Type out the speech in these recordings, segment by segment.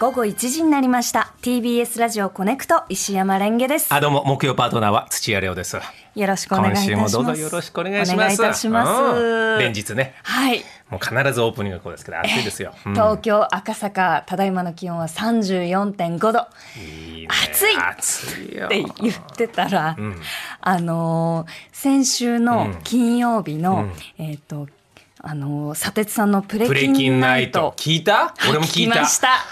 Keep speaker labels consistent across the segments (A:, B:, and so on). A: 午後1時になりました TBS ラジオコネクト石山レンゲです
B: あ、どうも、木曜パートナーは土屋亮です。
A: よろしくお願いいたします
B: 今週もどうぞよろしくお願いします。
A: お願いいたします
B: うん連日ね、
A: はい、
B: もう必ずオープニングがこうですけど、暑いですよ。うん
A: 東京赤坂ただいまの気温は34.5度っ
B: いいね
A: 暑い
B: 暑いよ。
A: て言ってたら、
B: ん
A: あのー先週の金曜日の、えっ、とあのー砂鉄さんのプレ
B: プレ
A: キ
B: キ
A: ン
B: ン
A: ナ
B: ナ
A: イ
B: イ
A: ト
B: ト。聞いた俺も聞い
A: 聞き
B: た
A: ま。した。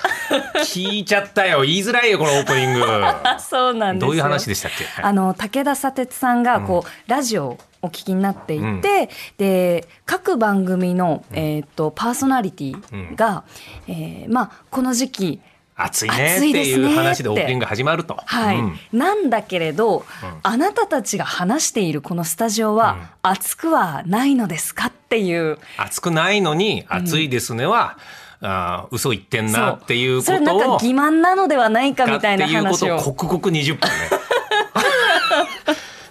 B: 聞いちゃったよ。言いづらいよ、このオープニン
A: あそうなんですよ
B: グ。どういう話でしたっけ
A: あの武田砂鉄さんがこう、ラジオをお聞きになっていて、で各番組の、えー、とパーソナリティが、えーまあ、この時期
B: 暑いねっ
A: 暑
B: て
A: いです
B: い
A: ねっ
B: う
A: て
B: 話でオープニングが始まると。
A: はい、
B: うん
A: なんだけれど、あなたたちが話しているこのスタジオは、暑くはないのですかっていう
B: 暑くないのに、暑いですねは、あー嘘言ってんなっていうこと
A: そ
B: を。
A: れなんか欺瞞なのではないかみたいな
B: って
A: 話
B: いう
A: を
B: ことを刻々20分ね。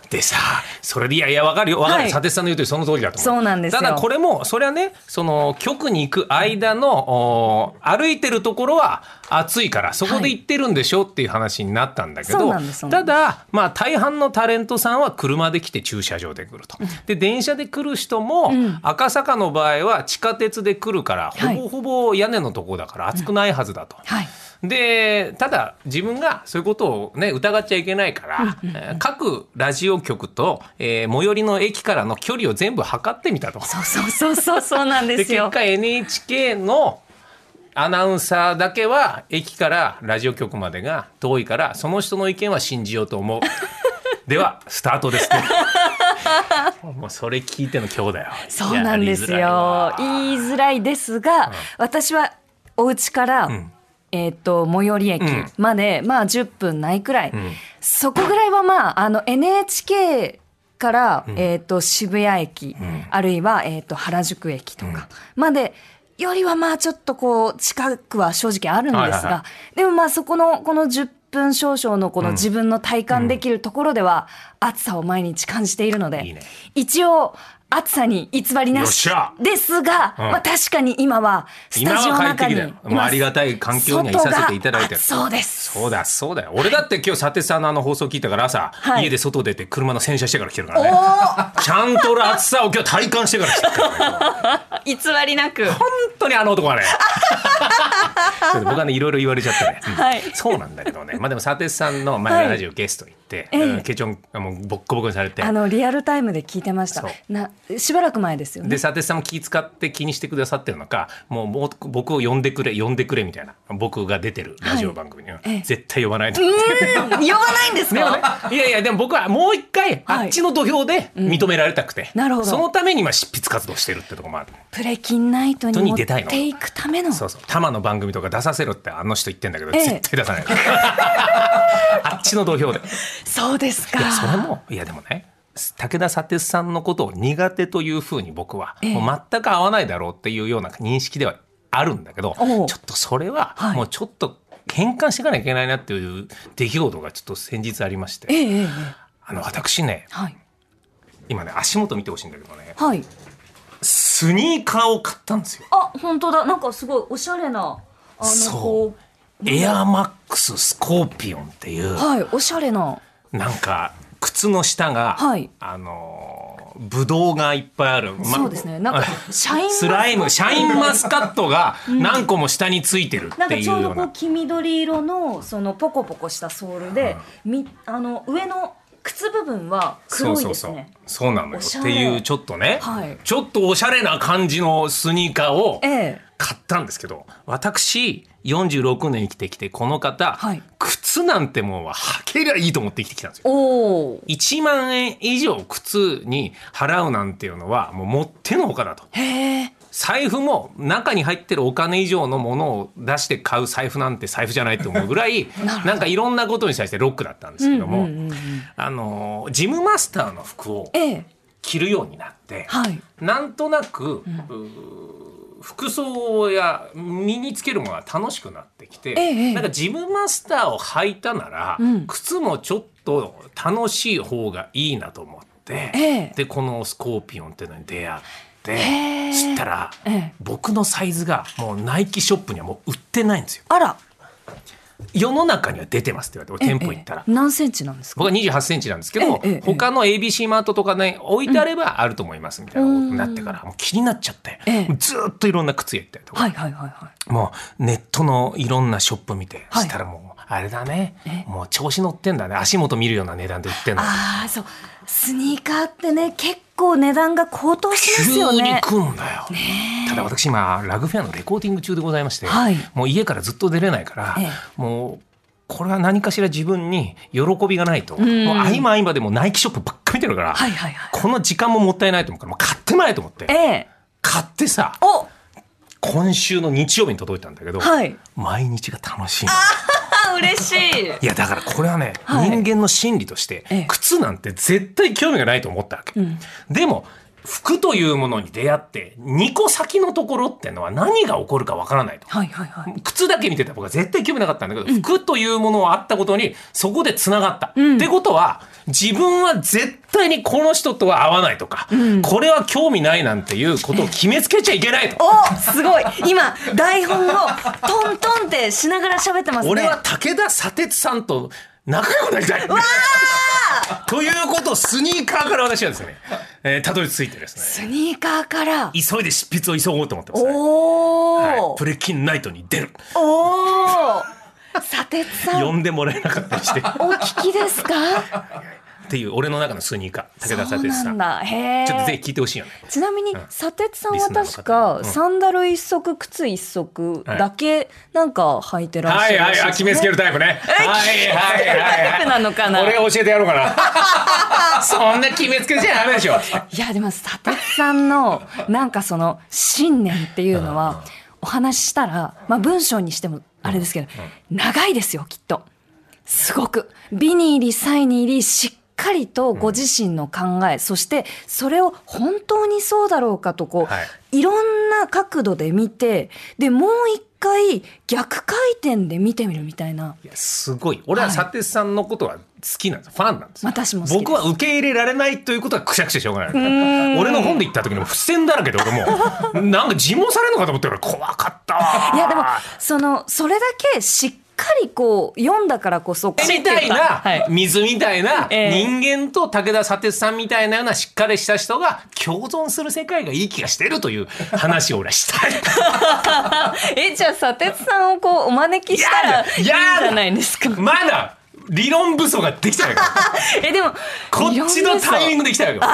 B: でさそれでいやいやわかるよわかる
A: はい
B: よ、佐哲さんの言うとおりその通りだと思う
A: そうなんですよ
B: ただこれもそれはねその局に行く間のお歩いてるところは暑いからそこで行ってるんでしょっていう話になったんだけ
A: そう
B: ど、
A: なんですそうな
B: た
A: んです
B: だまあ大半のタレントさんは車で来て駐車場で来るとで電車で来る人も
A: ん
B: 赤坂の場合は地下鉄で来るから
A: はい
B: ほぼほぼ屋根のとこだから暑くないはずだと。
A: はい
B: でただ自分がそういうことをね疑っちゃいけないから、えー各ラジオ局と、えー最寄りの駅からの距離を全部測ってみたと。
A: そうそうそうそうそうなん
B: で
A: です
B: 結
A: よ。
B: 果 NHK のアナウンサーだけは駅からラジオ局までが遠いからその人の意見は信じよう と思う。ではスタートですね。 もうそれ聞いての今日だよ。
A: そうなんですよ。言いづらいですが、私はお家から、
B: ん
A: えっ、と最寄り駅
B: うん
A: まで、まあ10分ないくらい、
B: ん
A: そこぐらいはまああの NHK から、えっ、と渋谷駅、あるいはえっ、と原宿駅とかまで。よりはまあちょっとこう近くは正直あるんですが、
B: はいはいは
A: でもまあそこのこの10分少々のこの自分の体感できるところでは暑さを毎日感じているので、
B: いいね
A: 一応暑さに偽りなし
B: よっしゃ
A: ですが、
B: うん
A: まあ確かに今はスタジオの中に
B: 今は快適だよもうありがたい環境にはいさせていただいてる
A: 外が暑そうです
B: そうだそうだよ俺だって今日佐哲さんのあの放送聞いたから朝、
A: はい
B: 家で外出て車の洗車してから来てるか
A: お
B: らね
A: ー
B: ちゃんと俺暑さを今日体感してから来て るからね
A: 偽りなく
B: 本当にあの 男はねちょっと僕はねいろいろ言われちゃってね、うん
A: はい
B: そうなんだけどねまあでも佐哲さんの前のラジオゲスト行って、
A: ええ
B: うんケチョンあもうボッコボコにされて
A: あのリアルタイムで聞いてました
B: そう
A: なしばらく前ですよ
B: で
A: ね
B: 佐哲さんも気使って気にしてくださってるのかもうもう僕を呼んでくれ呼んでくれみたいな僕が出てるラジオ番組に、うん
A: ええ
B: 絶対呼ばないと
A: うーん呼ばないんです
B: でもね
A: か、
B: いやいやでも僕はもう一回
A: はい
B: あっちの土俵で認められたくて、
A: なるほど
B: そのために今執筆活動してるってとこもある
A: プレキンナイトに
B: 本
A: 持
B: 当に
A: っ
B: 出たいの
A: ていくための
B: そうそうタマの番組とか出させろってあの人言ってんだけど、
A: ええ
B: 絶対 出さないあっちの土俵でい
A: そうですか
B: やそれもいやでもね武田砂鉄さんのことを苦手というふうに僕は、
A: ええ
B: もう全く合わないだろうっていうような認識ではあるんだけどち
A: おう
B: ょっとそれは
A: はい
B: もうちょっと変換していかなきゃいけないなっていう出来事がちょっと先日ありまし
A: え
B: て
A: えええええ
B: あの私ね
A: はい
B: 今ね足元見てほしいんだけどね
A: はい
B: スニーカーを買ったんですよ
A: あ本当だなんかすごいおしゃれなあの
B: そう
A: こ
B: エアーマックススコーピオンっていう
A: うはいおしゃれな
B: なんか靴の下が、
A: はい
B: あのーブドウがいっぱいある、ま
A: そうですねなんか シャインマス
B: スライムシャインマスカットが何個も下についてる
A: な
B: っ
A: ん
B: て
A: か
B: いう
A: ちょう
B: よ
A: ど
B: う
A: こう
B: な
A: 黄緑色のそのポコポコしたソールで、みあの上の靴部分は
B: そう
A: 黒い
B: そう
A: です
B: そう
A: ね。
B: そうなのよ
A: おし
B: っ
A: ゃ
B: て
A: れ
B: いうちょっとね、
A: はい
B: ちょっとおしゃれな感じのスニーカーを
A: ええ
B: 買ったんですけど私46年生きてきてこの方、
A: はい
B: 靴なんてもんは履けりゃいいと思って生きてきたんですよ。
A: おお
B: 1万円以上靴に払うなんていうのはもうもってのほかだと。
A: へえ
B: 財布も中に入ってるお金以上のものを出して買う財布なんて財布じゃないと思うぐ らいなんかいろんなことに対してロックだったんですけども、
A: うんうんうんうん
B: あのジムマスターの服を
A: ええ
B: 着るようになって、
A: はい
B: なんとなく、うー服装や身につけるものが楽しくなってきて、
A: ええ
B: なんかジムマスターを履いたなら、
A: うん
B: 靴もちょっと楽しい方がいいなと思って、
A: ええ
B: でこのスコーピオンっていうのに出会って、
A: へえ
B: 知ったら、
A: ええ
B: 僕のサイズがもうナイキショップにはもう売ってないんですよ。
A: あら
B: 世の中には出てますって言われて俺店舗行ったら
A: ええ何センチなんですか
B: 僕は28センチなんですけど、
A: ええええ
B: 他の ABC マートとかね置いてあればあると思いますみたいなことになってから、もう気になっちゃって、
A: ええ
B: もうずーっといろんな靴屋行ったりとか、
A: はいはいはいはい
B: もうネットのいろんなショップ見て、
A: はい
B: したらもうあれだね
A: え
B: もう調子乗ってんだね足元見るような値段で売ってんだ
A: ああそうスニーカーってね結構値段が高騰します
B: 急
A: よ
B: に
A: ね
B: 来るんだよ、ただ私今ラグフェアのレコーディング中でございまして、
A: はい
B: もう家からずっと出れないから、
A: ええ
B: もうこれは何かしら自分に喜びがないと、
A: ん
B: もう合間合間でもうナイキショップばっか見てるから、
A: はいはいはい
B: この時間ももったいないと思うからもう買ってまえと思って
A: ええ
B: 買ってさ
A: お
B: 今週の日曜日に届いたんだけど、
A: はい
B: 毎日が楽しいの
A: あー嬉しい
B: いやだからこれはね、
A: はい
B: 人間の心理として
A: ええ
B: 靴なんて絶対興味がないと思ったわけ、
A: うん
B: でも服というものに出会って2個先のところってのは何が起こるかわからないと
A: はいはいはい
B: 靴だけ見てた僕は絶対興味なかったんだけど、服というものはあったことにそこでつながった、
A: うん
B: ってことは自分は絶対にこの人とは合わないとか、
A: ん
B: これは興味ないなんていうことを決めつけちゃいけないと
A: おすごい今台本をトントンってしながら喋ってますね
B: 俺は武田砂鉄さんと仲良くなりたい ということをスニーカーから私はですね、えーたどり着いてですね
A: スニーカーから
B: 急いで執筆を急ごうと思ってます、ね
A: おお、
B: はい、プレキンナイトに出る
A: おお砂鉄さん
B: 呼んでもらえなかったりしてっ
A: お聞きですか
B: ていう俺の中のスニーカー武田砂鉄
A: そう
B: さ
A: なん
B: ん
A: だへえ
B: ちょっとぜひ聞いてほしいよね
A: ちなみに
B: ん
A: 砂鉄さん
B: リス
A: は
B: ナーの
A: 確
B: 方にう
A: か
B: ん
A: サンダル一足靴一足だけなんか履いてらっしゃ
B: はい
A: る
B: は
A: ら
B: い
A: しい
B: あ
A: です
B: 決
A: ね
B: めつけるタイプねはいはいはい
A: タイプなのかな
B: 俺が教えてやろうか なそんな決めつけちゃダメでしょ
A: いやでも砂鉄さんのなんかその信念っていうのはお話ししたら、まあ、文章にしてもあれですけど長いですよきっとすごく美に入り才に入りしっかりとご自身の考え、そしてそれを本当にそうだろうかとこう、、
B: はい
A: ろんな角度で見てでもう一回逆回転で見てみるみたいない
B: やすごい俺は砂鉄さんのことは好きなんです、ファンなんですよ
A: 私も好きです
B: 僕は受け入れられないということはくしゃくしゃしょうがない俺の本で行った時にもう付箋だらけで俺も うなんか尋問されるのかと思ってから怖かったわ
A: いやでもそのそれだけしっかりこう読んだからこそ
B: みたいな、
A: はい
B: 水みたいな、
A: ええ
B: 人間と武田砂鉄さんみたいなようなしっかりした人が共存する世界がいい気がしてるという話を俺はしたい
A: えじゃあ砂鉄さんをこうお招きしたらいいんじ
B: やだ
A: ゃないですか
B: まだ理論武装ができてな いから
A: えでも
B: こっちのタイミン
A: グ
B: グできてないから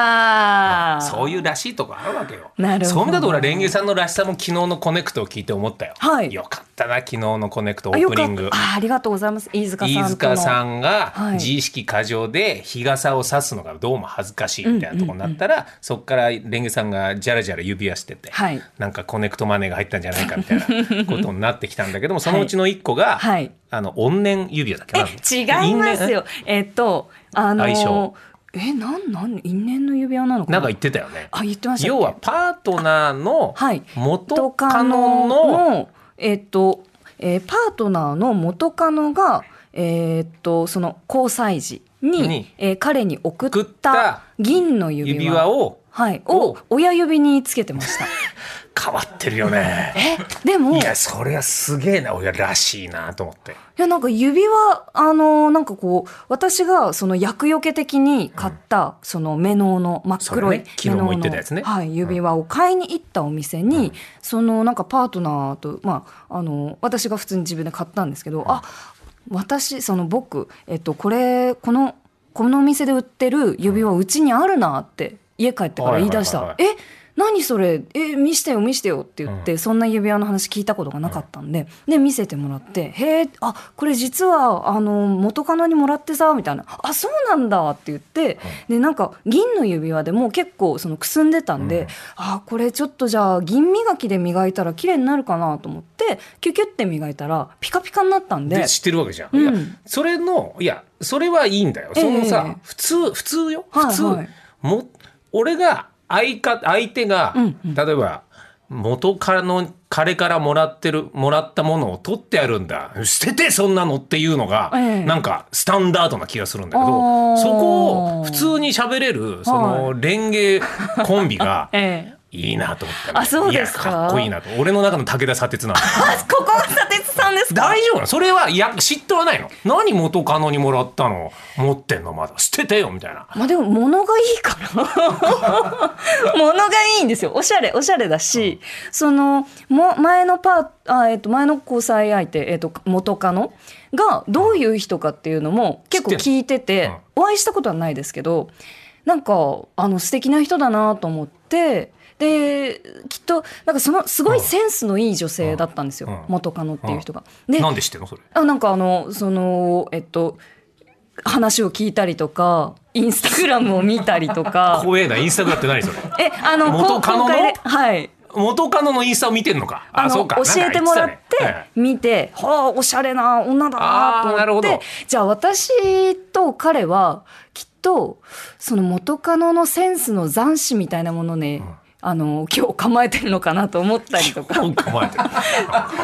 A: ああ
B: そういうらしいとこあるわけよ。
A: なるほど
B: そういう意味だと俺はレンゲさんのらしさも昨日のコネクトを聞いて思ったよ。
A: はい
B: よかったな昨日のコネクトオ
A: あ
B: ー
A: よ
B: プ
A: か
B: ニ
A: っ
B: ング
A: た。あありがとうございます飯塚さんと
B: 飯
A: の
B: 塚さんが
A: はい
B: 自意識過剰で日傘を差すのがどうも恥ずかしいみたいなとこになったら、そこからレンゲさんがジャラジャラ指輪してて、
A: はい
B: なんかコネクトマネーが入ったんじゃないかみたいなことになってきたんだけどもそのうちの一個 が、
A: はい
B: あの怨念指輪だっけな
A: え違いますよえっとあの
B: 相性
A: えなんなん因縁の指輪なのかな
B: な
A: ん
B: か言ってたよね。
A: あ言ってましたっけ
B: 要はパートナーの
A: はい
B: 元カノの
A: えっと、えーパートナーの元カノが、えーっとその交際時に
B: に
A: えー彼に送
B: 送
A: っ
B: った
A: た銀の指輪
B: 指輪を
A: はい、を
B: を
A: 親指につけてま した。
B: 変わってるよね。
A: えでも
B: い
A: い
B: や
A: や
B: それはすげえな親らしいなと思って。
A: なんか指輪あのなんかこう私がその厄除け的に買った、そのメノウの真っ黒い、
B: それね昨日も言ってたやつ
A: メ
B: ね
A: ノウのはい、指輪を買いに行ったお店に、そのなんかパートナーと、まあ、あの私が普通に自分で買ったんですけど、あ私その僕、えっと、これこのこのお店で売ってる指輪うちにあるなって家帰ってから言い出した、
B: はいはいはいはい
A: え何それえ見してよ見してよって言って、
B: う
A: そんな指輪の話聞いたことがなかったんで、で見せてもらって「へえあこれ実はあの元カノにもらってさ」みたいな「あそうなんだ」って言って、でなんか銀の指輪でもう結構そのくすんでたんで、
B: うん
A: あこれちょっとじゃあ銀磨きで磨いたら綺麗になるかなと思ってキュキュって磨いたらピカピカになったんで
B: で知ってるわけじゃん。
A: うん
B: いやそれのいやそれはいいんだよ。そのさ、
A: ええ
B: 普通普通よ
A: はい
B: 普通、
A: はい
B: も俺が相か相手が、
A: うんうん
B: 例えば元からの彼からもらってるもらったものを取ってあるんだ捨ててそんなのっていうのが、
A: ええ
B: なんかスタンダードな気がするんだけど
A: あー
B: そこを普通に喋れるそのレンゲコンビが
A: ええ
B: いいなと思ったの
A: あそうですか
B: いやかっこいいなと俺の中の武田砂鉄なの
A: あここが佐哲さんですか
B: 大丈夫なのそれはいや嫉妬はないの何元カノにもらったの持ってんのまだ捨ててよみたいな
A: まあでも物がいいから 物がいいんですよおしゃれおしゃれだし、そのも前のパーあ、えっと、前の交際相手、えっと、元カノがどういう人かっていうのも結構
B: 知ってん
A: 聞いててお会いしたことはないですけどなんかあの素敵な人だなと思ってできっとなんかそのすごいセンスのいい女性だったんですよ、
B: うんうん
A: 元カノっていう人が。で
B: なんで知ってんのそれ
A: あなんかあのそのえっと話を聞いたりとかインスタグラムを見たりと か
B: 怖えなインスタグラムって何それ
A: えあのこう
B: 元カノの
A: 公開ではい
B: 元カノのインスタを見てんのか
A: あ
B: あ
A: の
B: そうか
A: 教えてもらって
B: なんか言たね
A: 見て「はあおしゃれな女だな」
B: あーな
A: と
B: る
A: 思
B: ほ
A: っ
B: ど
A: てじゃあ私と彼はきっとその元カノのセンスの斬新みたいなものね、あの今日構えてるのかなと思ったりと か
B: はいうん構えてる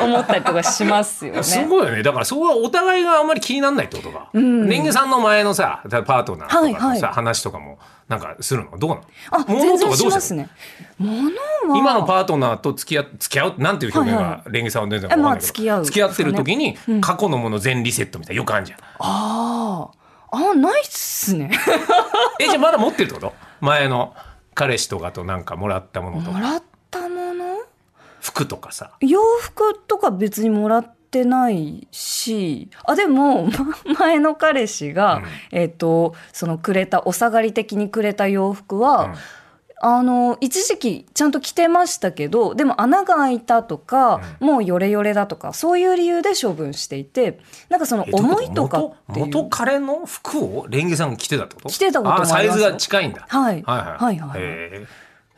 A: 思ったりとかしますよね。
B: すごいよねだからそこはお互いがあんまり気にならないってことか、
A: ん
B: レンゲさんの前のさパートナーとかのさ、
A: はいはい
B: 話とかもなんかするのどうなの
A: あ
B: 物
A: 全
B: と
A: 然
B: か
A: し
B: どう
A: ま
B: して
A: す
B: んの
A: ね。物は
B: 今のパートナーと付き合う付き合うなんていう表現
A: はいは
B: がレンゲさんは全然わかんな
A: えまあ
B: いけど、
A: 付き合う
B: 付き合ってる時に
A: うん
B: 過去のもの全リセットみたいなよくあ るじゃん、
A: ああ、あないっすね。
B: えじゃあまだ持ってるってこと前の彼氏とかとなんかもらった ものと
A: も
B: から
A: ったもの
B: 服とかさ
A: 洋服とか別にもらってないし、あ、でも、 ま前の彼氏が、
B: うん
A: えっ、と、そのくれた、お下がり的にくれた洋服
B: うん
A: は、あの、一時期ちゃんと着てましたけど、でも穴が開いたとか、もうヨレヨレだとか、そういう理由で処分していて、なんかその
B: えどういう
A: 思
B: こ
A: いとかっていう。
B: 元元彼の服をレンゲさんが着てたってこと
A: 着てたこともあります
B: あーサイズが近いんだ
A: はい。
B: は
A: はいい
B: は
A: はいい
B: へえ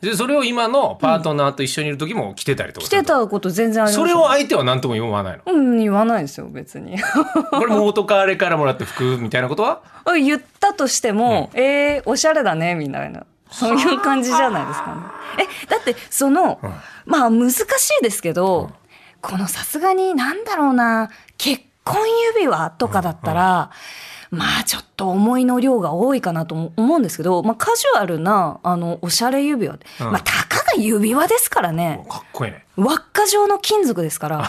B: でそれを今のパートナーと一緒にいる時も着てたりとか
A: 着
B: する
A: てたこと全然あります
B: そ
A: よ
B: れを相手は何とも言わないの
A: うん、言わないですよ、別に。
B: これ元彼からもらった服みたいなことは
A: 言ったとしても、えー、おしゃれだね、みたいな。そういう感じじゃないですかね。え、だって、その、
B: うん
A: まあ、難しいですけど、このさすがになんだろうな、結婚指輪とかだったら、まあ、ちょっと思いの量が多いかなとも思うんですけど、まあ、カジュアルな、あの、おしゃれ指輪。
B: うん
A: まあ、たかが指輪ですからね。
B: かっこいいね
A: 輪っか状の金属ですから、
B: うん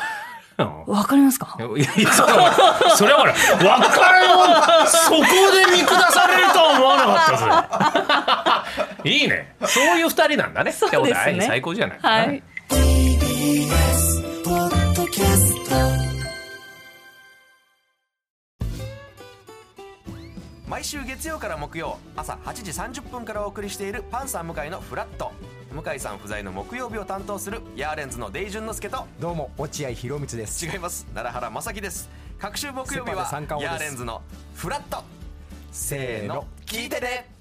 A: わかりますか
B: いやいやそれはそれはほら別れをそこで見下されるとは思わなかったそれいいねそういう二人なんだねそう
A: ですね
B: 最高じゃない、
A: はい。
C: 毎週月曜から木曜朝8時30分からお送りしているパンサー向井のフラット向井さん不在の木曜日を担当するヤーレンズのデイジュンの之介と
D: どうも落合博満です
C: 違います奈良原雅樹です各週木曜日は
D: セパで三冠王
C: ヤー
D: です
C: レンズのフラット
D: せ
C: せーの聞いてね